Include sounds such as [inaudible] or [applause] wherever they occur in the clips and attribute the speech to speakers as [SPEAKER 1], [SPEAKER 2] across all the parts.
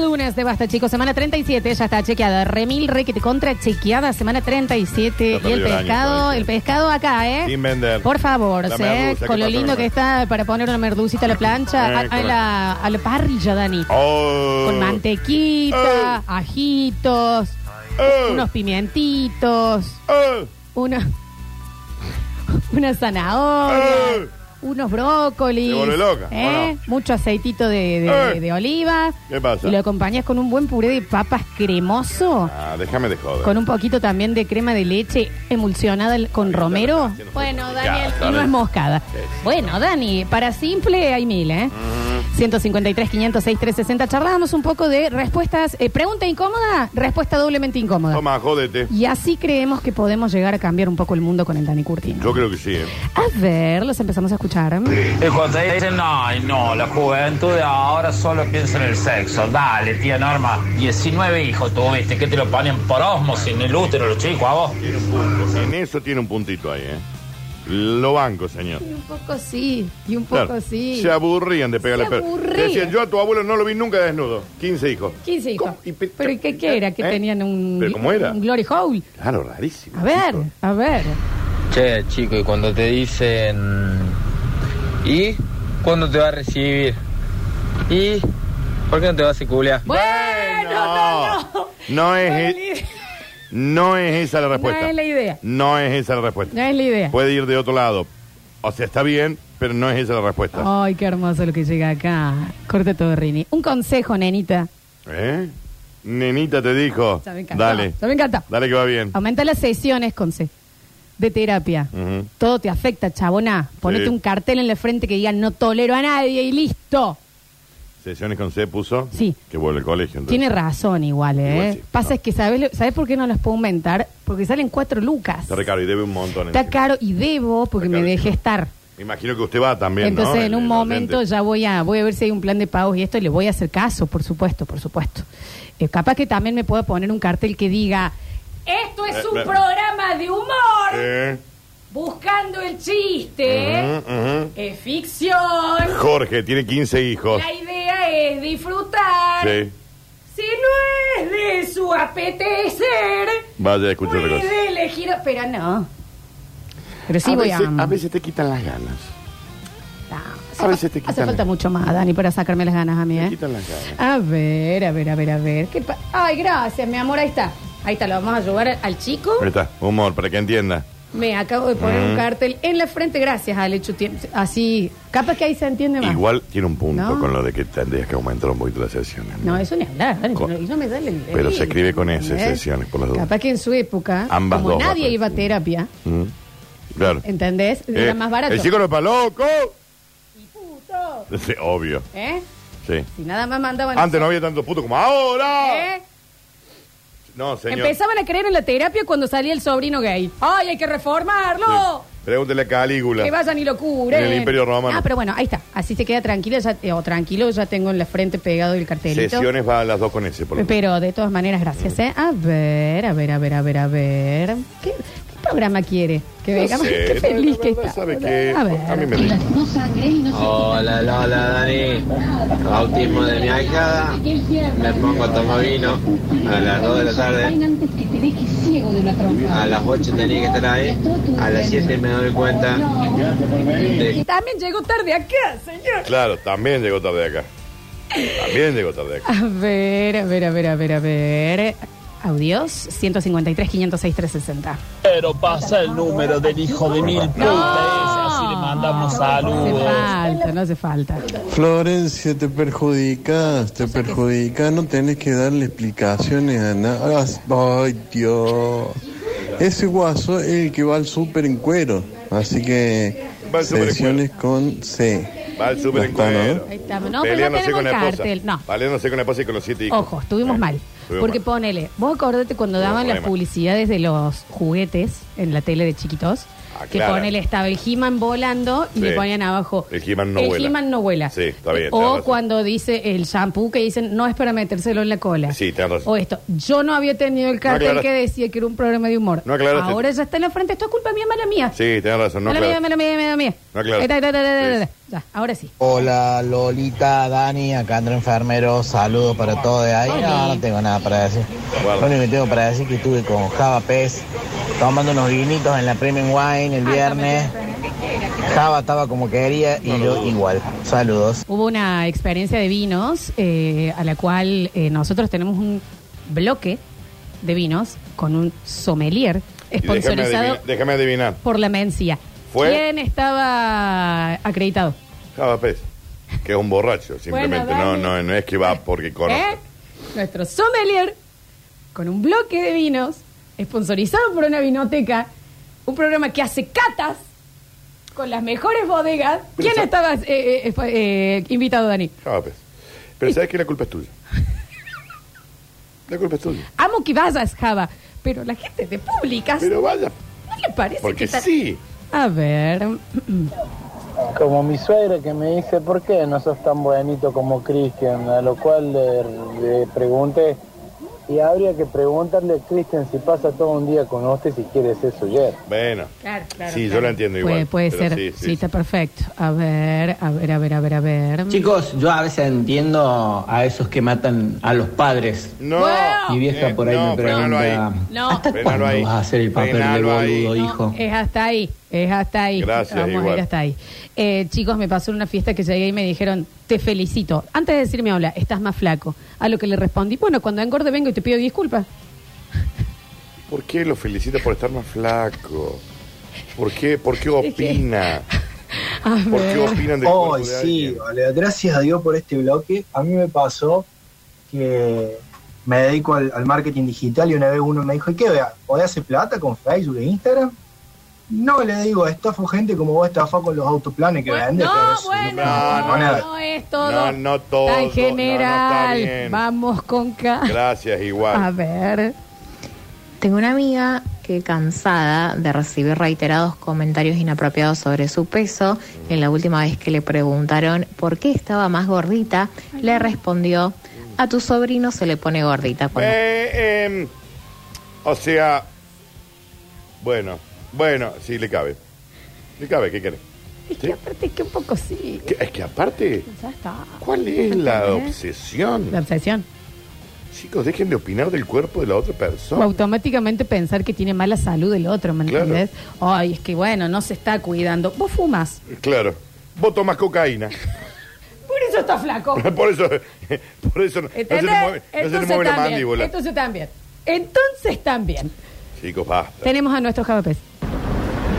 [SPEAKER 1] lunes de Basta, chicos. Semana 37, ya está chequeada. Remil, re que te contra chequeada. Semana 37.
[SPEAKER 2] Está
[SPEAKER 1] Y el
[SPEAKER 2] perdido el año,
[SPEAKER 1] pescado,
[SPEAKER 2] todavía.
[SPEAKER 1] el pescado acá, ¿eh?
[SPEAKER 2] Sin vender.
[SPEAKER 1] Por favor,
[SPEAKER 2] La
[SPEAKER 1] ¿sí?
[SPEAKER 2] merluza,
[SPEAKER 1] con
[SPEAKER 2] ¿qué
[SPEAKER 1] lo
[SPEAKER 2] pasa
[SPEAKER 1] lindo
[SPEAKER 2] con
[SPEAKER 1] que
[SPEAKER 2] la
[SPEAKER 1] está para poner una merducita a la plancha, a,
[SPEAKER 2] Eh,
[SPEAKER 1] a la, a la parrilla, Dani.
[SPEAKER 2] Oh.
[SPEAKER 1] Con mantequita, ajitos,
[SPEAKER 2] Oh.
[SPEAKER 1] unos pimientitos,
[SPEAKER 2] Oh.
[SPEAKER 1] una, una zanahoria, unos brócolis.
[SPEAKER 2] Te vuelve loca, ¿o
[SPEAKER 1] ¿eh?
[SPEAKER 2] no?
[SPEAKER 1] Mucho aceitito de, de-
[SPEAKER 2] Eh.
[SPEAKER 1] de oliva.
[SPEAKER 2] ¿Qué pasa?
[SPEAKER 1] Y lo acompañas con un buen puré de papas cremoso.
[SPEAKER 2] Ah, déjame de joder.
[SPEAKER 1] Con un poquito también de crema de leche emulsionada l- con
[SPEAKER 2] Ahí está,
[SPEAKER 1] romero.
[SPEAKER 2] está haciendo
[SPEAKER 1] Bueno,
[SPEAKER 2] muy
[SPEAKER 1] Daniel,
[SPEAKER 2] complicado,
[SPEAKER 1] y no
[SPEAKER 2] Dani.
[SPEAKER 1] es moscada.
[SPEAKER 2] Sí, sí.
[SPEAKER 1] Bueno, Dani, para simple hay mil, ¿eh? 153, 506, 360. Charlábamos un poco de respuestas. eh, pregunta incómoda, respuesta doblemente incómoda.
[SPEAKER 2] Toma, jódete.
[SPEAKER 1] Y así creemos que podemos llegar a cambiar un poco el mundo con el Dani Curtino.
[SPEAKER 2] Yo creo que sí, ¿eh?
[SPEAKER 1] A ver, los empezamos a escuchar.
[SPEAKER 3] Y cuando te dicen, ay no, la juventud de ahora solo piensa en el sexo. Dale, tía Norma, 19 hijos tuviste, que te lo ponen por osmos en el útero los chicos, a vos.
[SPEAKER 2] Tiene un punto. En eso tiene un puntito ahí, ¿eh? Lo banco, señor.
[SPEAKER 1] Y un poco sí, y un
[SPEAKER 2] Claro.
[SPEAKER 1] poco sí.
[SPEAKER 2] Se aburrían de pegarle
[SPEAKER 1] Se
[SPEAKER 2] per-
[SPEAKER 1] aburrían.
[SPEAKER 2] Decían, yo a tu abuelo no lo vi nunca desnudo. 15 hijos.
[SPEAKER 1] 15 hijos.
[SPEAKER 2] ¿Cómo? Y pe-
[SPEAKER 1] ¿Pero qué, qué era? ¿Que
[SPEAKER 2] ¿Eh?
[SPEAKER 1] tenían un,
[SPEAKER 2] ¿Pero cómo era?
[SPEAKER 1] un glory hole?
[SPEAKER 2] Claro, rarísimo.
[SPEAKER 1] A ver,
[SPEAKER 2] chico.
[SPEAKER 1] a ver.
[SPEAKER 4] Che, chico, y cuando te dicen. ¿Y? ¿Cuándo te va a recibir? ¿Y? ¿Por qué no te vas a culiar?
[SPEAKER 1] Bueno, no, no.
[SPEAKER 2] No es, e-
[SPEAKER 1] No es la idea.
[SPEAKER 2] no es esa la respuesta.
[SPEAKER 1] No es la idea.
[SPEAKER 2] No es esa la respuesta.
[SPEAKER 1] No es la idea.
[SPEAKER 2] Puede ir de otro lado. O sea, está bien, pero no es esa la respuesta.
[SPEAKER 1] Ay, qué hermoso lo que llega acá. Corte todo, Rini. Un consejo, nenita.
[SPEAKER 2] ¿Eh? Nenita te dijo.
[SPEAKER 1] Ya me encanta.
[SPEAKER 2] Dale.
[SPEAKER 1] Ya me encanta.
[SPEAKER 2] Dale que va bien.
[SPEAKER 1] Aumenta las sesiones, Conce, de terapia.
[SPEAKER 2] Ujú.
[SPEAKER 1] Todo te afecta, chabona. Ponete
[SPEAKER 2] Sí.
[SPEAKER 1] un cartel en la frente que diga no tolero a nadie y listo.
[SPEAKER 2] Sesiones con C puso.
[SPEAKER 1] Sí.
[SPEAKER 2] Que vuelve al colegio. entonces.
[SPEAKER 1] Tiene razón igual, ¿eh?
[SPEAKER 2] Igual sí.
[SPEAKER 1] Pasa
[SPEAKER 2] No.
[SPEAKER 1] es que, ¿sabes, lo- ¿sabes por qué no las puedo aumentar? Porque salen cuatro lucas.
[SPEAKER 2] Está recaro y debe un montón.
[SPEAKER 1] Está
[SPEAKER 2] encima.
[SPEAKER 1] caro y debo porque
[SPEAKER 2] Está
[SPEAKER 1] me
[SPEAKER 2] carísimo.
[SPEAKER 1] dejé estar.
[SPEAKER 2] Me imagino que usted va también, ¿no?
[SPEAKER 1] Entonces, en
[SPEAKER 2] El-
[SPEAKER 1] un
[SPEAKER 2] el
[SPEAKER 1] momento
[SPEAKER 2] oyente.
[SPEAKER 1] ya voy a voy a ver si hay un plan de pagos y esto, y le voy a hacer caso, por supuesto, por supuesto. Eh, capaz que también me pueda poner un cartel que diga: Esto es
[SPEAKER 2] Eh,
[SPEAKER 1] un
[SPEAKER 2] eh.
[SPEAKER 1] programa de humor
[SPEAKER 2] Sí.
[SPEAKER 1] buscando el chiste,
[SPEAKER 2] Ujú,
[SPEAKER 1] es ficción.
[SPEAKER 2] ujú. Jorge tiene 15 hijos.
[SPEAKER 1] La idea es disfrutar.
[SPEAKER 2] Sí.
[SPEAKER 1] Si no es de su apetecer,
[SPEAKER 2] Vaya, escucha otra cosa.
[SPEAKER 1] puede elegir. Pero no. Pero sí
[SPEAKER 2] a,
[SPEAKER 1] voy
[SPEAKER 2] veces,
[SPEAKER 1] a.
[SPEAKER 2] a veces te quitan las ganas.
[SPEAKER 1] No,
[SPEAKER 2] A veces te
[SPEAKER 1] hace
[SPEAKER 2] quitan-
[SPEAKER 1] falta mucho más, Dani, para sacarme las ganas a mí,
[SPEAKER 2] Te
[SPEAKER 1] ¿eh?
[SPEAKER 2] quitan las ganas.
[SPEAKER 1] A ver, a ver, a ver, a ver. ¿Qué pa- Ay, gracias, mi amor, ahí está. Ahí está, lo vamos a ayudar al chico.
[SPEAKER 2] Ahí está, humor, para que entienda.
[SPEAKER 1] Me acabo de poner un
[SPEAKER 2] Mm.
[SPEAKER 1] cartel en la frente, gracias, Ale Chutien. Así, capaz que ahí se entiende más.
[SPEAKER 2] Igual tiene un punto
[SPEAKER 1] No.
[SPEAKER 2] con lo de que tendrías que aumentar un poquito las sesiones.
[SPEAKER 1] No, eso ni hablar, Dani,
[SPEAKER 2] Co-
[SPEAKER 1] no- y no me sale el-
[SPEAKER 2] Pero se escribe con
[SPEAKER 1] ¿eh?
[SPEAKER 2] S, sesiones, por las dudas.
[SPEAKER 1] Capaz que en su época,
[SPEAKER 2] Ambas
[SPEAKER 1] como
[SPEAKER 2] dos,
[SPEAKER 1] nadie
[SPEAKER 2] va a
[SPEAKER 1] iba a
[SPEAKER 2] ser.
[SPEAKER 1] terapia,
[SPEAKER 2] Mm. Claro.
[SPEAKER 1] ¿entendés? Era
[SPEAKER 2] Eh,
[SPEAKER 1] más barato.
[SPEAKER 2] El chico no es pa' loco.
[SPEAKER 1] Y puto,
[SPEAKER 2] Sí, obvio.
[SPEAKER 1] ¿eh?
[SPEAKER 2] Sí.
[SPEAKER 1] Si nada más mandaban...
[SPEAKER 2] Antes no había tantos putos como ahora.
[SPEAKER 1] ¿Eh?
[SPEAKER 2] No, señor.
[SPEAKER 1] Empezaban a creer en la terapia cuando salía el sobrino gay. ¡Ay, hay que reformarlo!
[SPEAKER 2] Sí. Pregúntele a Calígula.
[SPEAKER 1] Que vayan y lo cubren.
[SPEAKER 2] En el Imperio Romano.
[SPEAKER 1] Ah, pero bueno, ahí está. Así se queda tranquila ya, eh, o tranquilo, ya tengo en la frente pegado el cartelito.
[SPEAKER 2] Sesiones va a las dos con S, por lo menos.
[SPEAKER 1] Pero de todas maneras, gracias, ¿eh? A ver, a ver, a ver, a ver, a ver. ¿Qué, qué programa quiere? Que venga,
[SPEAKER 2] sé,
[SPEAKER 1] [laughs] qué
[SPEAKER 2] la
[SPEAKER 1] feliz que
[SPEAKER 2] verdad,
[SPEAKER 1] está.
[SPEAKER 2] ¿sabe qué?
[SPEAKER 1] A ver.
[SPEAKER 2] A mí me da.
[SPEAKER 5] No sangre y no
[SPEAKER 4] Hola, hola, Dani. Autismo de mi ahijada. Me pongo a tomar vino a las 2 de la tarde.
[SPEAKER 5] antes que te dejes ciego de la trompa.
[SPEAKER 4] A las 8 tenía que estar ahí. A las 7 me doy cuenta de
[SPEAKER 1] También llegó tarde acá, señor.
[SPEAKER 2] Claro, también llegó tarde acá. También llegó tarde acá.
[SPEAKER 1] A ver, a ver, a ver, a ver, a ver. Audios 153, 506, 360.
[SPEAKER 6] Pero pasa el número del hijo de mil putas, así le mandamos
[SPEAKER 1] No hace
[SPEAKER 6] saludos.
[SPEAKER 1] falta, no hace falta.
[SPEAKER 7] Florencia, te perjudicas, te perjudicas, no tenés que darle explicaciones a nada. Ay, Dios. Ese guaso es el que va al súper en cuero, así que
[SPEAKER 2] Va al súper en
[SPEAKER 7] sesiones con C.
[SPEAKER 2] Va al súper
[SPEAKER 7] Ya
[SPEAKER 2] en
[SPEAKER 7] está, ¿no?
[SPEAKER 2] cuero.
[SPEAKER 1] Ahí estamos. No, pero no
[SPEAKER 2] Peleándose
[SPEAKER 1] tenemos
[SPEAKER 2] con la esposa.
[SPEAKER 1] cartel. No.
[SPEAKER 2] Peleándose con la esposa y con los siete hijos.
[SPEAKER 1] Ojo, estuvimos
[SPEAKER 2] Eh,
[SPEAKER 1] mal.
[SPEAKER 2] estuvimos
[SPEAKER 1] Porque
[SPEAKER 2] mal.
[SPEAKER 1] ponele, vos acordate cuando
[SPEAKER 2] Estuvimos
[SPEAKER 1] daban
[SPEAKER 2] re
[SPEAKER 1] las
[SPEAKER 2] mal.
[SPEAKER 1] publicidades de los juguetes en la tele de chiquitos,
[SPEAKER 2] Ah,
[SPEAKER 1] que
[SPEAKER 2] claro.
[SPEAKER 1] con él estaba el He-Man volando y
[SPEAKER 2] Sí.
[SPEAKER 1] le ponían abajo.
[SPEAKER 2] El He-Man no vuela.
[SPEAKER 1] He-Man no vuela.
[SPEAKER 2] Sí, está bien, tenés
[SPEAKER 1] O
[SPEAKER 2] razón.
[SPEAKER 1] cuando dice el shampoo que dicen no es para metérselo en la cola.
[SPEAKER 2] Sí, tenés razón.
[SPEAKER 1] O esto. Yo no había tenido el cartel
[SPEAKER 2] aclaraste.
[SPEAKER 1] que decía que era un programa de humor.
[SPEAKER 2] No aclaraste.
[SPEAKER 1] Ahora ya está en la frente. Esto es culpa mía, mala mía.
[SPEAKER 2] Sí, tenés razón. No
[SPEAKER 1] mala mía,
[SPEAKER 2] aclaro.
[SPEAKER 1] mala mía, mala mía.
[SPEAKER 2] No aclaraste.
[SPEAKER 1] Eh, da, da, da, da, da, da.
[SPEAKER 2] Sí.
[SPEAKER 1] Ya, ahora sí.
[SPEAKER 8] Hola Lolita, Dani, acá André Enfermero, saludos para todos de ahí. No, no tengo nada para decir. Lo único que tengo para decir es que estuve con Java Pez tomando unos vinitos en la Premium
[SPEAKER 1] Ah,
[SPEAKER 8] Wine el viernes. Java estaba como quería y yo igual. Saludos.
[SPEAKER 1] Hubo una experiencia de vinos eh, a la cual eh, nosotros tenemos un bloque de vinos con un sommelier
[SPEAKER 2] Y Déjame
[SPEAKER 1] sponsorizado
[SPEAKER 2] adivinar, déjame adivinar.
[SPEAKER 1] por la Mencia.
[SPEAKER 2] Fue-
[SPEAKER 1] ¿Quién estaba acreditado?
[SPEAKER 2] Java Pez, que es un borracho, simplemente. no,
[SPEAKER 1] Dani.
[SPEAKER 2] no, no es que va porque conoce.
[SPEAKER 1] ¿Eh? Nuestro sommelier con un bloque de vinos sponsorizado por una vinoteca, un programa que hace catas con las mejores bodegas.
[SPEAKER 2] Pero
[SPEAKER 1] ¿Quién
[SPEAKER 2] sa-
[SPEAKER 1] estaba eh, eh, espo- eh, invitado, Dani?
[SPEAKER 2] Java Pez. pues. Pero sabes que la culpa es tuya. La culpa es tuya.
[SPEAKER 1] Amo que vayas, Java, pero la gente de públicas
[SPEAKER 2] Pero vaya,
[SPEAKER 1] ¿No le parece que
[SPEAKER 2] porque
[SPEAKER 1] está-
[SPEAKER 2] sí.
[SPEAKER 1] A ver. mm,
[SPEAKER 4] Como mi suegra que me dice, ¿por qué no sos tan buenito como Cristian? A lo cual le, le pregunté, y habría que preguntarle a Cristian si pasa todo un día con usted si quiere ser suyer.
[SPEAKER 2] Bueno.
[SPEAKER 1] Claro,
[SPEAKER 2] Sí, yo la entiendo igual.
[SPEAKER 1] Puede, puede
[SPEAKER 2] pero
[SPEAKER 1] ser. Sí,
[SPEAKER 2] sí, sí,
[SPEAKER 1] está perfecto. A ver, a ver, a ver, a ver, a ver.
[SPEAKER 7] Chicos, yo a veces entiendo a esos que matan a los padres.
[SPEAKER 2] No.
[SPEAKER 1] Bueno.
[SPEAKER 7] Mi vieja
[SPEAKER 2] Eh,
[SPEAKER 7] por ahí
[SPEAKER 2] no,
[SPEAKER 7] me
[SPEAKER 2] frenalo ahí.
[SPEAKER 7] pregunta,
[SPEAKER 1] No.
[SPEAKER 7] ¿hasta
[SPEAKER 2] Frenalo
[SPEAKER 7] cuándo
[SPEAKER 2] ahí.
[SPEAKER 7] vas a hacer el papel de
[SPEAKER 2] Frenalo
[SPEAKER 7] boludo,
[SPEAKER 2] ahí.
[SPEAKER 1] No,
[SPEAKER 7] hijo?
[SPEAKER 1] es hasta ahí, es hasta ahí.
[SPEAKER 2] Gracias,
[SPEAKER 1] Vamos a
[SPEAKER 2] igual.
[SPEAKER 1] ir hasta ahí. Eh, chicos, me pasó en una fiesta que llegué y me dijeron, te felicito. Antes de decirme, hola, estás más flaco. A lo que le respondí, bueno, cuando engorde vengo y te pido disculpas.
[SPEAKER 2] ¿Por qué lo felicita por estar más flaco? ¿Por qué,
[SPEAKER 1] [laughs]
[SPEAKER 2] por qué opina?
[SPEAKER 1] A [laughs]
[SPEAKER 2] ¿Por qué
[SPEAKER 1] ver.
[SPEAKER 2] opinan del
[SPEAKER 4] Hoy
[SPEAKER 2] cuerpo de
[SPEAKER 4] sí,
[SPEAKER 2] alguien?
[SPEAKER 4] vale, gracias a Dios por este bloque. A mí me pasó que me dedico al, al marketing digital y una vez uno me dijo, ¿y qué? vea? ¿Podés hacer plata con Facebook e Instagram? No le digo, estafo gente como vos estafás con los autoplanes que
[SPEAKER 1] Bueno,
[SPEAKER 4] vendes.
[SPEAKER 1] no,
[SPEAKER 4] pero sí,
[SPEAKER 1] bueno,
[SPEAKER 2] no,
[SPEAKER 1] no,
[SPEAKER 4] nada.
[SPEAKER 1] no es todo.
[SPEAKER 2] No, no todo,
[SPEAKER 1] Está en
[SPEAKER 2] no, no, está
[SPEAKER 1] general.
[SPEAKER 2] bien.
[SPEAKER 1] Vamos con calma.
[SPEAKER 2] Gracias,
[SPEAKER 1] [laughs]
[SPEAKER 2] igual.
[SPEAKER 1] A ver.
[SPEAKER 9] Tengo una amiga que cansada de recibir reiterados comentarios inapropiados sobre su peso, en la última vez que le preguntaron por qué estaba más gordita, le respondió, a tu sobrino se le pone gordita cuando
[SPEAKER 2] Eh, em, o sea, bueno, bueno, sí, le cabe. Le cabe, ¿qué querés?
[SPEAKER 1] Es
[SPEAKER 2] Sí.
[SPEAKER 1] que aparte que un poco sí.
[SPEAKER 2] Que- es que aparte,
[SPEAKER 1] Ya está.
[SPEAKER 2] ¿cuál es la
[SPEAKER 1] ¿Entendés? La
[SPEAKER 2] obsesión?
[SPEAKER 1] obsesión.
[SPEAKER 2] Chicos, dejen de opinar del cuerpo de la otra
[SPEAKER 1] O
[SPEAKER 2] persona.
[SPEAKER 1] automáticamente pensar que tiene mala salud el otro, ¿me
[SPEAKER 2] Claro.
[SPEAKER 1] entendés? Ay, es que bueno, no se está cuidando. Vos fumas.
[SPEAKER 2] Claro. Vos tomás cocaína.
[SPEAKER 1] Por eso está
[SPEAKER 2] [laughs]
[SPEAKER 1] flaco.
[SPEAKER 2] por eso, por eso no, no se te
[SPEAKER 1] ¿Entendés?
[SPEAKER 2] mueve, no se te
[SPEAKER 1] Entonces
[SPEAKER 2] mueve la
[SPEAKER 1] también,
[SPEAKER 2] mandíbula.
[SPEAKER 1] Entonces también. Entonces también.
[SPEAKER 2] Chicos, basta.
[SPEAKER 1] Tenemos a nuestro javapés.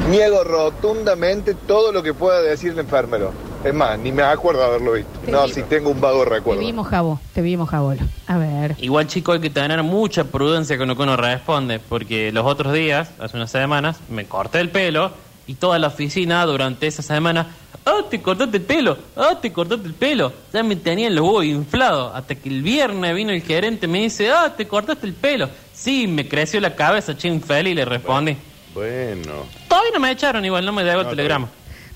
[SPEAKER 8] Niego rotundamente todo lo que pueda decir el enfermero. Es más, ni me acuerdo haberlo visto.
[SPEAKER 1] Te No, vi- sí
[SPEAKER 8] tengo un vago
[SPEAKER 1] Te vimos jabo, te vimos jabolo. A ver.
[SPEAKER 4] Igual chico hay que tener mucha prudencia con lo que uno responde, porque los otros días, hace unas semanas, me corté el pelo y toda la oficina durante esa semana, ¡ah, te cortaste el pelo! ¡ah, te cortaste el pelo! Ya me tenían los huevos inflados, hasta que el viernes vino el gerente y me dice, ¡ah, te cortaste el pelo! Sí, me creció la cabeza, che infeliz, y le respondí.
[SPEAKER 2] Bueno.
[SPEAKER 4] Todavía no me echaron igual, no me debo
[SPEAKER 2] No,
[SPEAKER 4] el telegrama.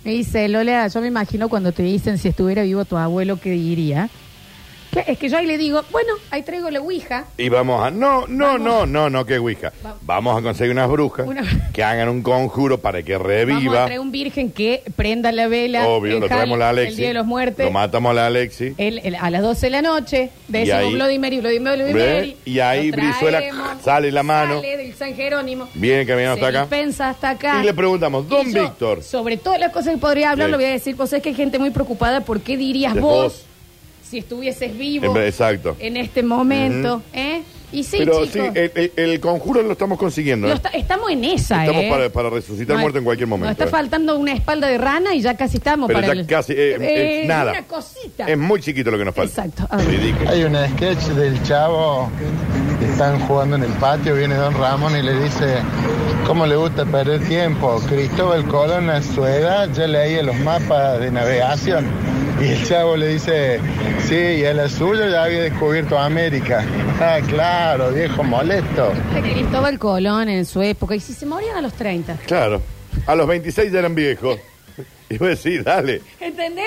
[SPEAKER 1] Me dice, Lola, yo me imagino cuando te dicen si estuviera vivo tu abuelo, ¿qué diría? ¿Qué? Es que yo ahí le digo, bueno, ahí traigo la ouija.
[SPEAKER 2] Y vamos a. No, no, no, no, no, que Ouija. Vamos a conseguir unas brujas
[SPEAKER 1] Una-
[SPEAKER 2] que hagan un conjuro para que
[SPEAKER 1] Vamos
[SPEAKER 2] reviva.
[SPEAKER 1] a traer un virgen que prenda la vela.
[SPEAKER 2] Obvio,
[SPEAKER 1] el
[SPEAKER 2] lo traemos a la
[SPEAKER 1] Halloween,
[SPEAKER 2] Alexi.
[SPEAKER 1] El Día de los Muertes.
[SPEAKER 2] Lo matamos a la Alexi.
[SPEAKER 1] el- el- a las 12 de la noche, decimos
[SPEAKER 2] ahí-
[SPEAKER 1] Bloody Mary, Bloody Mary, Bloody
[SPEAKER 2] ¿Ve?
[SPEAKER 1] Mary.
[SPEAKER 2] Y ahí
[SPEAKER 1] Lo
[SPEAKER 2] Brizuela
[SPEAKER 1] traemos,
[SPEAKER 2] sale la mano.
[SPEAKER 1] Sale del San Jerónimo.
[SPEAKER 2] Viene caminando
[SPEAKER 1] se
[SPEAKER 2] hasta acá.
[SPEAKER 1] dispensa hasta acá.
[SPEAKER 2] Y le preguntamos, don
[SPEAKER 1] Y yo,
[SPEAKER 2] Víctor.
[SPEAKER 1] Sobre todas las cosas que podría hablar,
[SPEAKER 2] Sí.
[SPEAKER 1] lo voy a decir, pues es que hay gente muy preocupada por qué dirías
[SPEAKER 2] De
[SPEAKER 1] vos,
[SPEAKER 2] vos.
[SPEAKER 1] si estuvieses vivo
[SPEAKER 2] En vez- exacto.
[SPEAKER 1] en este momento. ¿eh? Y sí,
[SPEAKER 2] Pero
[SPEAKER 1] chicos,
[SPEAKER 2] sí, eh, el, el- el conjuro lo estamos consiguiendo.
[SPEAKER 1] lo
[SPEAKER 2] ¿eh?
[SPEAKER 1] esta- estamos en esa.
[SPEAKER 2] Estamos
[SPEAKER 1] ¿eh?
[SPEAKER 2] para, para resucitar
[SPEAKER 1] No,
[SPEAKER 2] muerto en cualquier momento.
[SPEAKER 1] Nos está
[SPEAKER 2] ¿eh?
[SPEAKER 1] faltando una espalda de rana y ya casi estamos
[SPEAKER 2] Pero
[SPEAKER 1] para
[SPEAKER 2] ya
[SPEAKER 1] el-
[SPEAKER 2] casi. eh,
[SPEAKER 1] Eh,
[SPEAKER 2] es nada.
[SPEAKER 1] Una cosita.
[SPEAKER 2] Es muy chiquito lo que nos falta.
[SPEAKER 1] Exacto. A ver.
[SPEAKER 2] Ridículo.
[SPEAKER 7] Hay un sketch del chavo que están jugando en el patio, viene Don Ramón y le dice, ¿cómo le gusta perder tiempo? Cristóbal Colón a su edad ya leía los mapas de navegación y el chavo le dice, sí, y a la suya ya había descubierto América. [laughs] Ah, claro, viejo molesto.
[SPEAKER 1] Cristóbal Colón en su época y si se morían a los 30.
[SPEAKER 2] Claro. A los 26 ya eran viejos. [laughs] Y vos decís, dale.
[SPEAKER 1] ¿Entendés?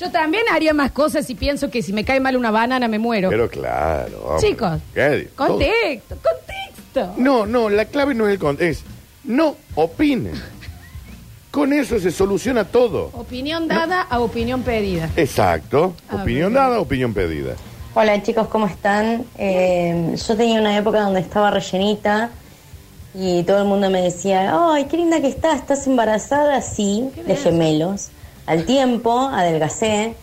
[SPEAKER 1] Yo también haría más cosas si pienso que si me cae mal una banana me muero.
[SPEAKER 2] Pero claro. hombre.
[SPEAKER 1] Chicos,
[SPEAKER 2] ¿Qué?
[SPEAKER 1] contexto, contexto.
[SPEAKER 2] No, no, la clave no es el contexto. No opinen. Con eso se soluciona todo.
[SPEAKER 1] Ah, Opinión dada a opinión pedida.
[SPEAKER 2] Exacto.
[SPEAKER 1] Ah,
[SPEAKER 2] Opinión dada, opinión pedida.
[SPEAKER 10] Hola chicos, ¿cómo están? Eh, yo tenía una época donde estaba rellenita y todo el mundo me decía, ay, qué linda que estás, estás embarazada, sí, de gemelos. Al tiempo adelgacé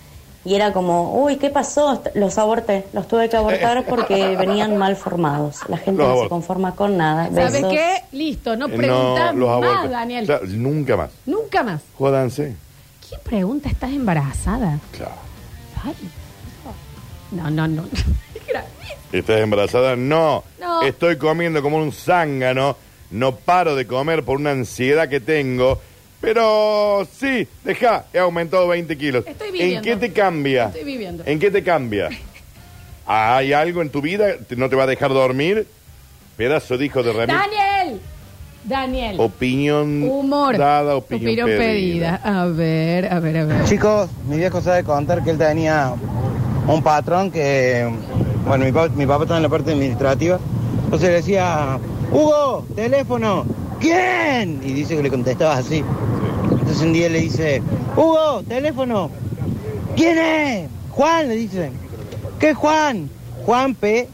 [SPEAKER 10] y era como, uy, ¿qué pasó? Los aborté, los tuve que abortar porque venían mal formados. La gente
[SPEAKER 2] Los
[SPEAKER 10] no se
[SPEAKER 2] aborto.
[SPEAKER 10] conforma con nada.
[SPEAKER 1] ¿Sabes
[SPEAKER 10] Besos.
[SPEAKER 1] qué? Listo, no
[SPEAKER 2] Eh,
[SPEAKER 1] preguntamos más,
[SPEAKER 2] abortos.
[SPEAKER 1] Daniel.
[SPEAKER 2] Claro, nunca más.
[SPEAKER 1] Nunca más.
[SPEAKER 2] Jódanse.
[SPEAKER 1] ¿Quién pregunta estás embarazada?
[SPEAKER 2] Claro.
[SPEAKER 1] Ay, No, no, no. [laughs]
[SPEAKER 2] ¿Estás embarazada? No.
[SPEAKER 1] No.
[SPEAKER 2] Estoy comiendo como un zángano. No paro de comer por una ansiedad que tengo. Pero sí, deja, he aumentado 20 kilos.
[SPEAKER 1] Estoy
[SPEAKER 2] ¿En
[SPEAKER 1] viviendo.
[SPEAKER 2] qué te cambia?
[SPEAKER 1] Estoy viviendo.
[SPEAKER 2] ¿En qué te cambia? ¿Hay algo en tu vida que no te va a dejar dormir? Pedazo de hijo de remil.
[SPEAKER 1] Daniel. Daniel.
[SPEAKER 2] Opinión
[SPEAKER 1] Humor.
[SPEAKER 2] dada, opinión,
[SPEAKER 1] Opinión
[SPEAKER 2] pedida.
[SPEAKER 1] pedida. A ver, a ver, a ver.
[SPEAKER 8] Chicos, mi viejo sabe contar que él tenía un patrón que, bueno, mi, pa- mi papá estaba en la parte administrativa, entonces le decía, Hugo, teléfono, ¿quién? Y dice que le contestaba así. Entonces un día le dice, Hugo, teléfono, ¿quién es? Juan, le dice, ¿qué Juan? Juan P.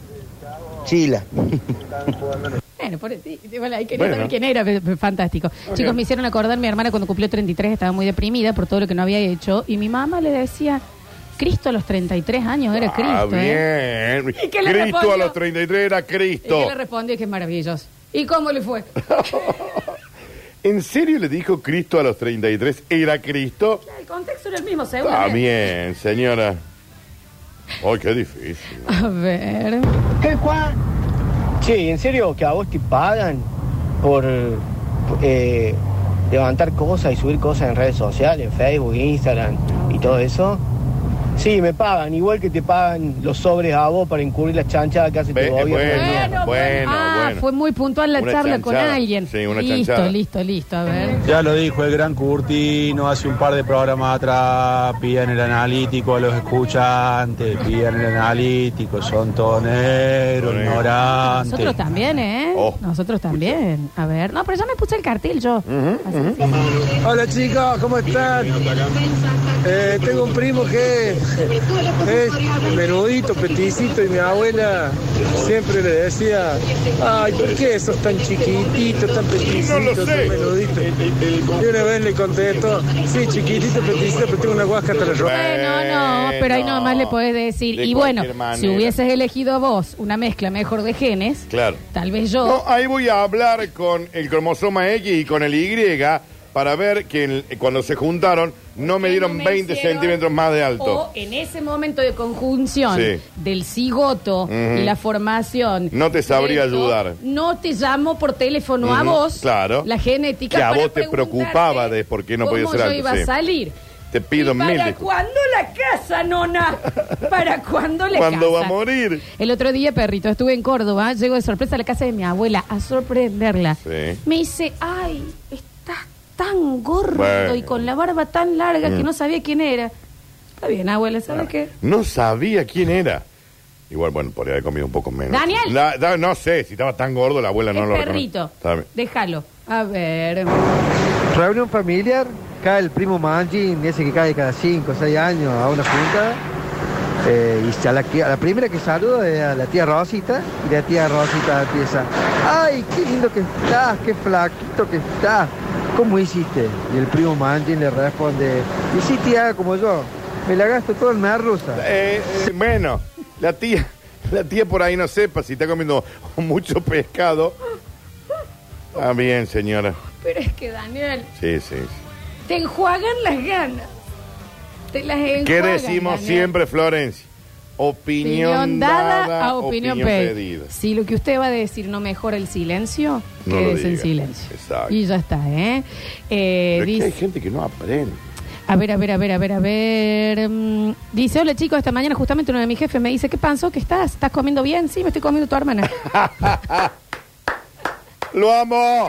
[SPEAKER 8] Chila.
[SPEAKER 1] Bueno, por sí, sí, bueno, ahí quería
[SPEAKER 8] Bueno.
[SPEAKER 1] saber quién era, pero- pero fantástico.
[SPEAKER 8] Ok.
[SPEAKER 1] Chicos, me hicieron acordar, mi hermana cuando cumplió 33 estaba muy deprimida por todo lo que no había hecho y mi mamá le decía, Cristo a los 33 años era
[SPEAKER 2] Ah,
[SPEAKER 1] Cristo. ¿eh?".
[SPEAKER 2] bien.
[SPEAKER 1] [laughs] ¿Y qué le
[SPEAKER 2] Cristo
[SPEAKER 1] respondió?
[SPEAKER 2] a los 33 era
[SPEAKER 1] Y yo
[SPEAKER 2] Cristo.
[SPEAKER 1] le respondí que es maravilloso. ¿Y cómo le fue?
[SPEAKER 2] [laughs] ¿En serio le dijo Cristo a los 33 era Cristo?
[SPEAKER 1] El contexto era el mismo, seguro.
[SPEAKER 2] Está bien, señora. Ay, qué difícil.
[SPEAKER 1] A ver.
[SPEAKER 3] ¿Qué Juan? Che, ¿en serio que a vos te pagan por eh, levantar cosas y subir cosas en redes sociales, en Facebook, Instagram y todo eso? Sí, me pagan, igual que te pagan los sobres a vos para encubrir las chanchadas que hace tu gobierno.
[SPEAKER 2] bueno, bueno,
[SPEAKER 1] ah,
[SPEAKER 2] bueno.
[SPEAKER 1] fue muy puntual la
[SPEAKER 3] Una
[SPEAKER 1] charla con
[SPEAKER 3] chanchada.
[SPEAKER 1] alguien.
[SPEAKER 3] Sí, una
[SPEAKER 1] listo,
[SPEAKER 3] chanchada.
[SPEAKER 1] listo, listo. A ver.
[SPEAKER 3] Ya lo dijo el gran Curtino hace un par de programas atrás, pidan el analítico a los escuchantes, pidan el analítico, son toneros,
[SPEAKER 1] Nosotros
[SPEAKER 3] ignorantes.
[SPEAKER 1] también, ¿eh?
[SPEAKER 2] Oh.
[SPEAKER 1] Nosotros también. A ver. No, pero ya me puse el cartel yo. Así que-
[SPEAKER 11] Hola chicos, ¿cómo están? Eh, tengo un primo que es menudito, peticito y mi abuela siempre le decía, ay, ¿por qué sos tan chiquitito, tan peticito, tan menudito? Y una vez le contestó, sí, chiquitito, peticito, pero tengo una guasca hasta la ropa.
[SPEAKER 1] No, pero ahí nomás le podés decir.
[SPEAKER 11] De
[SPEAKER 1] y bueno,
[SPEAKER 11] cualquier manera.
[SPEAKER 1] si hubieses elegido vos una mezcla mejor de genes,
[SPEAKER 2] Claro.
[SPEAKER 1] tal vez yo.
[SPEAKER 2] No, ahí voy a hablar con el cromosoma X y con el Y para ver que en- cuando se juntaron no me dieron
[SPEAKER 1] me
[SPEAKER 2] 20
[SPEAKER 1] hicieron?
[SPEAKER 2] centímetros más de alto.
[SPEAKER 1] O en ese momento de conjunción
[SPEAKER 2] Sí.
[SPEAKER 1] del cigoto
[SPEAKER 2] Ujú.
[SPEAKER 1] y la formación.
[SPEAKER 2] No te sabría
[SPEAKER 1] de esto,
[SPEAKER 2] ayudar.
[SPEAKER 1] No te llamo por teléfono a
[SPEAKER 2] Ujú,
[SPEAKER 1] vos.
[SPEAKER 2] claro.
[SPEAKER 1] La genética.
[SPEAKER 2] que a
[SPEAKER 1] para
[SPEAKER 2] vos te
[SPEAKER 1] preguntarte
[SPEAKER 2] preocupaba de por qué no podía
[SPEAKER 1] cómo
[SPEAKER 2] ser
[SPEAKER 1] yo
[SPEAKER 2] alto.
[SPEAKER 1] iba
[SPEAKER 2] sí.
[SPEAKER 1] a salir.
[SPEAKER 2] Te pido mil
[SPEAKER 1] ¿Para
[SPEAKER 2] disculpas.
[SPEAKER 1] cuándo la casa, nona? ¿Para cuándo la casa?
[SPEAKER 2] ¿Cuándo va a morir?
[SPEAKER 1] El otro día, perrito, estuve en Córdoba, llego de sorpresa a la casa de mi abuela a sorprenderla.
[SPEAKER 2] Sí.
[SPEAKER 1] Me dice, ay, estás tan gordo
[SPEAKER 2] Bueno.
[SPEAKER 1] y con la barba tan larga que
[SPEAKER 2] Mm.
[SPEAKER 1] no sabía quién era. Está bien, abuela, ¿sabes qué?
[SPEAKER 2] No sabía quién era. Igual, bueno, podría haber comido un poco menos.
[SPEAKER 1] Daniel.
[SPEAKER 2] La- da- no sé, si estaba tan gordo la abuela no
[SPEAKER 1] Es
[SPEAKER 2] lo
[SPEAKER 1] perrito.
[SPEAKER 2] reconoce. Está bien.
[SPEAKER 1] Déjalo. A ver.
[SPEAKER 12] Reunión familiar, cae el primo Mangin, ese que cae cada 5 o 6 años a una junta. eh, y a la, que- a la primera que saludo es a la tía Rosita, y la tía Rosita empieza, ¡ay, qué lindo que estás, qué flaquito que estás! ¿Cómo hiciste? Y el primo Mangin le responde, y sí, tía, como yo, me la gasto todo en merluza.
[SPEAKER 2] Eh, eh, bueno, la tía, la tía por ahí no sepa si está comiendo mucho pescado. Está bien, señora.
[SPEAKER 1] Pero es que, Daniel,
[SPEAKER 2] Sí, sí. sí.
[SPEAKER 1] te enjuagan las ganas. Te las enjuagan.
[SPEAKER 2] ¿Qué decimos
[SPEAKER 1] Daniel.
[SPEAKER 2] siempre, Florencia? Opinión,
[SPEAKER 1] Opinión
[SPEAKER 2] dada,
[SPEAKER 1] dada a opinión, pedida. Si lo que usted va a decir no mejora el silencio,
[SPEAKER 2] No lo
[SPEAKER 1] quédese en
[SPEAKER 2] diga.
[SPEAKER 1] silencio.
[SPEAKER 2] Exacto.
[SPEAKER 1] Y ya está, ¿eh? Eh,
[SPEAKER 2] Pero es que
[SPEAKER 1] dice-
[SPEAKER 2] hay gente que no aprende.
[SPEAKER 1] A ver, a ver, a ver, a ver, a ver. Mm, Dice, hola chicos, esta mañana justamente uno de mis jefes me dice, ¿qué pasó? ¿Qué estás? ¿Estás comiendo bien? Sí, me estoy comiendo tu
[SPEAKER 2] [laughs]
[SPEAKER 1] hermana.
[SPEAKER 2] ¡Lo amo!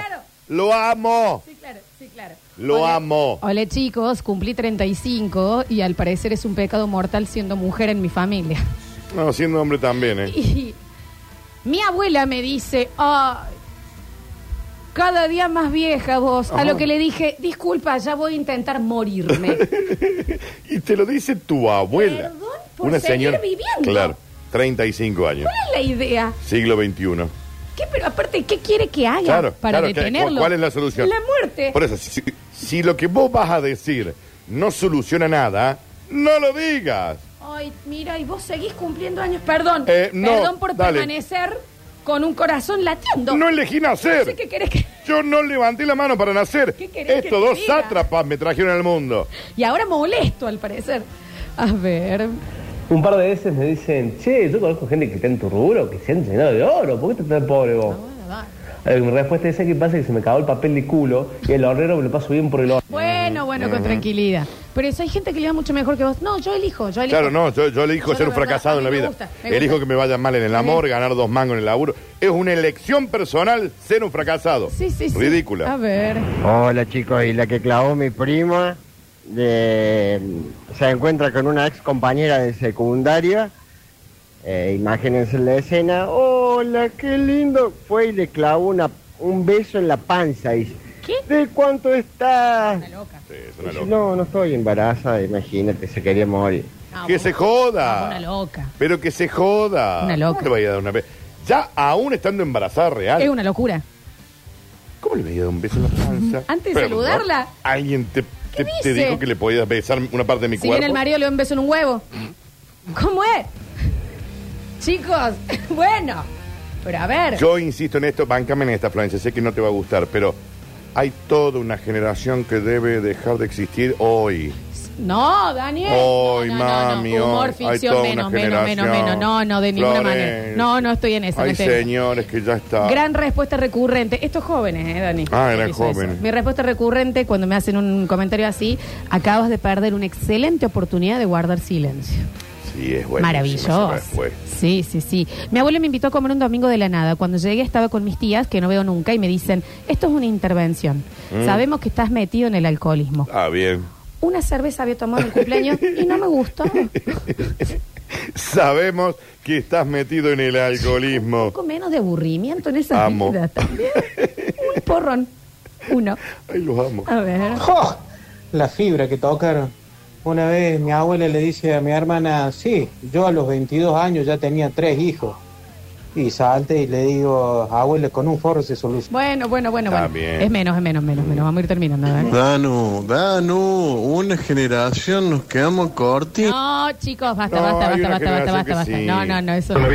[SPEAKER 2] ¡Lo amo!
[SPEAKER 1] Sí, claro, sí, claro. Claro.
[SPEAKER 2] Lo amo.
[SPEAKER 1] Hola chicos, cumplí 35 y al parecer es un pecado mortal siendo mujer en mi familia.
[SPEAKER 2] No, siendo hombre también, ¿eh?
[SPEAKER 1] Y mi abuela me dice, "Ay, cada día más vieja vos. A lo que le dije, disculpa, ya voy a intentar
[SPEAKER 2] [laughs]
[SPEAKER 1] morirme.
[SPEAKER 2] [laughs] Y te lo dice tu abuela.
[SPEAKER 1] por seguir viviendo.
[SPEAKER 2] Claro, 35 años.
[SPEAKER 1] ¿Cuál es la idea?
[SPEAKER 2] Siglo XXI.
[SPEAKER 1] ¿Qué, pero aparte, ¿qué quiere que haga
[SPEAKER 2] Claro,
[SPEAKER 1] para
[SPEAKER 2] claro, ¿qué-
[SPEAKER 1] detenerlo?
[SPEAKER 2] ¿Cuál es la solución?
[SPEAKER 1] La muerte.
[SPEAKER 2] Por e- eso, si, si lo que vos vas a decir no soluciona nada, no lo digas.
[SPEAKER 1] Ay, mira, y vos seguís cumpliendo años. Perdón,
[SPEAKER 2] Eh, no,
[SPEAKER 1] perdón por
[SPEAKER 2] dale.
[SPEAKER 1] permanecer con un corazón latiendo.
[SPEAKER 2] No elegí nacer.
[SPEAKER 1] No sé qué querés que...
[SPEAKER 2] Yo no levanté la mano para nacer.
[SPEAKER 1] ¿Qué querés que
[SPEAKER 2] Estos
[SPEAKER 1] te
[SPEAKER 2] dos
[SPEAKER 1] diga?
[SPEAKER 2] sátrapas me trajeron al mundo.
[SPEAKER 1] Y ahora molesto, al parecer. A ver.
[SPEAKER 13] Un par de veces me dicen, che, yo conozco gente que está en tu rubro, que se han llenado de oro, ¿por qué estás tan pobre vos? Eh, Mi respuesta es, ¿qué pasa? Que se me cagó el papel de culo y el horrero me lo paso bien por el horno.
[SPEAKER 2] Eh,
[SPEAKER 1] Bueno, bueno, con
[SPEAKER 13] Ujú.
[SPEAKER 1] tranquilidad. Pero eso hay gente que le va mucho mejor que vos. No, yo elijo, yo elijo.
[SPEAKER 2] Claro, no, yo, yo elijo
[SPEAKER 1] Yo
[SPEAKER 2] ser
[SPEAKER 1] la
[SPEAKER 2] un
[SPEAKER 1] verdad,
[SPEAKER 2] fracasado
[SPEAKER 1] a mí
[SPEAKER 2] en la
[SPEAKER 1] me
[SPEAKER 2] vida.
[SPEAKER 1] gusta, me
[SPEAKER 2] elijo
[SPEAKER 1] gusta.
[SPEAKER 2] que me vaya mal en el amor, ganar dos mangos en el laburo. Es una elección personal ser un fracasado.
[SPEAKER 1] Sí, sí, sí.
[SPEAKER 2] Ridícula. Ah.
[SPEAKER 1] A ver.
[SPEAKER 14] Hola chicos, y la que clavó mi prima de- se encuentra con una ex compañera de secundaria. Eh, imagínense la escena. Hola, qué lindo. Fue y le clavó una, un beso en la panza. Y,
[SPEAKER 1] ¿Qué?
[SPEAKER 14] ¿De cuánto estás?
[SPEAKER 2] una
[SPEAKER 14] Dice, No, no estoy embarazada, imagínate, se quería morir.
[SPEAKER 2] que se joda.
[SPEAKER 1] Ah, Una loca.
[SPEAKER 2] Pero que se joda.
[SPEAKER 1] Una loca.
[SPEAKER 2] ¿Cómo le voy a dar una be- Ya aún estando embarazada real.
[SPEAKER 1] Es una locura.
[SPEAKER 2] ¿Cómo le voy a dar un beso en la panza?
[SPEAKER 1] Antes de
[SPEAKER 2] Perdón,
[SPEAKER 1] saludarla.
[SPEAKER 2] Alguien te, te, te
[SPEAKER 1] dice?
[SPEAKER 2] dijo que le podías besar una parte de mi
[SPEAKER 1] Si
[SPEAKER 2] cuerpo.
[SPEAKER 1] viene el marido, le doy un beso en un huevo. ¿Cómo es? Chicos, [laughs] bueno. Pero a ver.
[SPEAKER 2] Yo insisto en esto, bancame en esta, Florencia, sé que no te va a gustar, pero hay toda una generación que debe dejar de existir hoy.
[SPEAKER 1] No, Daniel.
[SPEAKER 2] Hoy,
[SPEAKER 1] no, no, no,
[SPEAKER 2] mami,
[SPEAKER 1] no. Humor,
[SPEAKER 2] hoy. Hay toda
[SPEAKER 1] ficción,
[SPEAKER 2] una
[SPEAKER 1] menos, menos, menos,
[SPEAKER 2] generación.
[SPEAKER 1] menos. No, no, de ninguna
[SPEAKER 2] Florencia.
[SPEAKER 1] manera. No, no estoy en esa.
[SPEAKER 2] hay
[SPEAKER 1] no estoy en esa.
[SPEAKER 2] señores que ya está.
[SPEAKER 1] Gran respuesta recurrente. Estos jóvenes, ¿eh, Dani?
[SPEAKER 2] Ah, eran
[SPEAKER 1] Que hizo eso.
[SPEAKER 2] jóvenes.
[SPEAKER 1] Mi respuesta recurrente cuando me hacen un comentario así, acabas de perder una excelente oportunidad de guardar silencio.
[SPEAKER 2] Sí, es bueno.
[SPEAKER 1] Maravilloso. Sí, sí, sí. Mi abuelo me invitó a comer un domingo de la nada. Cuando llegué estaba con mis tías, que no veo nunca, y me dicen, esto es una intervención.
[SPEAKER 2] Mm.
[SPEAKER 1] Sabemos que estás metido en el alcoholismo.
[SPEAKER 2] Ah, bien.
[SPEAKER 1] Una cerveza había tomado en el cumpleaños y no me
[SPEAKER 2] [laughs]
[SPEAKER 1] gustó. Un
[SPEAKER 2] Sabemos que estás metido en el alcoholismo.
[SPEAKER 1] poco menos de aburrimiento en esa
[SPEAKER 2] Amo.
[SPEAKER 1] vida también. Un porrón. Uno.
[SPEAKER 2] Ay, los amo.
[SPEAKER 1] A ver.
[SPEAKER 15] La fibra que tocaron. Una vez mi abuela le dice a mi hermana, sí, yo a los 22 años ya tenía tres hijos. Y salte y le digo, abuela, con un forro se soluciona.
[SPEAKER 1] Bueno, bueno, bueno, bueno.
[SPEAKER 15] bien.
[SPEAKER 1] Es menos, es menos, menos, menos. Vamos a ir terminando. a ver.
[SPEAKER 16] Danu, Danu, una generación nos quedamos corti.
[SPEAKER 1] No, chicos, basta,
[SPEAKER 16] No,
[SPEAKER 1] basta,
[SPEAKER 16] hay
[SPEAKER 1] basta,
[SPEAKER 16] una
[SPEAKER 1] basta, basta,
[SPEAKER 16] generación
[SPEAKER 1] basta,
[SPEAKER 16] que
[SPEAKER 1] basta.
[SPEAKER 16] sí.
[SPEAKER 1] No, no, no, eso no.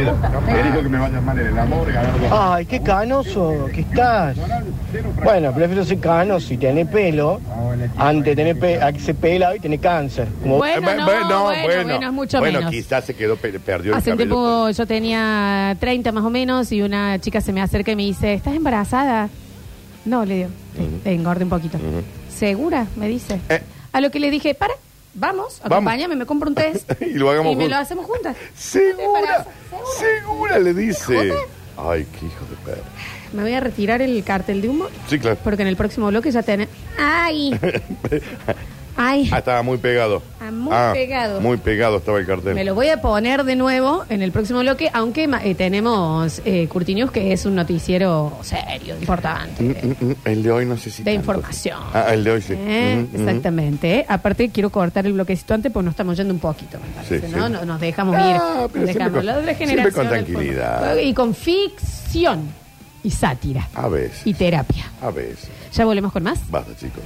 [SPEAKER 2] Elijo que me vaya mal en el amor, ganar dos
[SPEAKER 3] Ay, qué canoso que estás. Bueno, prefiero ser canoso y tener pelo antes de tener pe a que se pela y tener cáncer. Como-
[SPEAKER 2] Eh, bu- bu- no,
[SPEAKER 1] bueno, es mucho
[SPEAKER 2] Bueno,
[SPEAKER 1] menos.
[SPEAKER 2] quizás se quedó, pe- perdió el
[SPEAKER 1] Hace un
[SPEAKER 2] cabello.
[SPEAKER 1] tiempo yo tenía 30 más o menos y una chica se me acerca y me dice, ¿estás embarazada? No, le digo, "Te- te engorde un poquito. ¿Segura? Me dice. A lo que le dije, para, vamos, acompáñame, me compro un test
[SPEAKER 2] Y lo hagamos
[SPEAKER 1] y me
[SPEAKER 2] juntos.
[SPEAKER 1] lo hacemos juntas.
[SPEAKER 2] ¿Segura? ¿Segura? Le dice. Ay, qué hijo de perro.
[SPEAKER 1] Me voy a retirar el cartel de humo
[SPEAKER 2] Sí, claro.
[SPEAKER 1] porque en el próximo bloque ya tenés... ¡Ay!
[SPEAKER 2] [laughs]
[SPEAKER 1] ¡Ay!
[SPEAKER 2] ah, estaba muy pegado.
[SPEAKER 1] Ah, muy
[SPEAKER 2] Ah,
[SPEAKER 1] pegado.
[SPEAKER 2] Muy pegado estaba el cartel.
[SPEAKER 1] Me lo voy a poner de nuevo en el próximo bloque, aunque ma- eh, tenemos eh, Curtinews, que es un noticiero serio, importante,
[SPEAKER 2] Mm, mm, mm, el de hoy no sé si.
[SPEAKER 1] de
[SPEAKER 2] tanto.
[SPEAKER 1] información.
[SPEAKER 2] Ah, el de hoy sí.
[SPEAKER 1] ¿Eh?
[SPEAKER 2] Mm, mm,
[SPEAKER 1] Exactamente. ¿eh? Aparte, quiero cortar el bloquecito antes porque nos estamos yendo un poquito. me
[SPEAKER 2] Sí,
[SPEAKER 1] parece,
[SPEAKER 2] sí.
[SPEAKER 1] ¿no? No- Nos dejamos
[SPEAKER 2] Ah,
[SPEAKER 1] ir.
[SPEAKER 2] pero
[SPEAKER 1] Nos
[SPEAKER 2] siempre
[SPEAKER 1] dejamos.
[SPEAKER 2] con-
[SPEAKER 1] La otra
[SPEAKER 2] siempre
[SPEAKER 1] generación
[SPEAKER 2] con
[SPEAKER 1] al
[SPEAKER 2] tranquilidad. Ah,
[SPEAKER 1] fondo. Y con ficción y sátira
[SPEAKER 2] A veces.
[SPEAKER 1] y terapia.
[SPEAKER 2] A veces.
[SPEAKER 1] Ya volvemos con más.
[SPEAKER 2] Basta, chicos.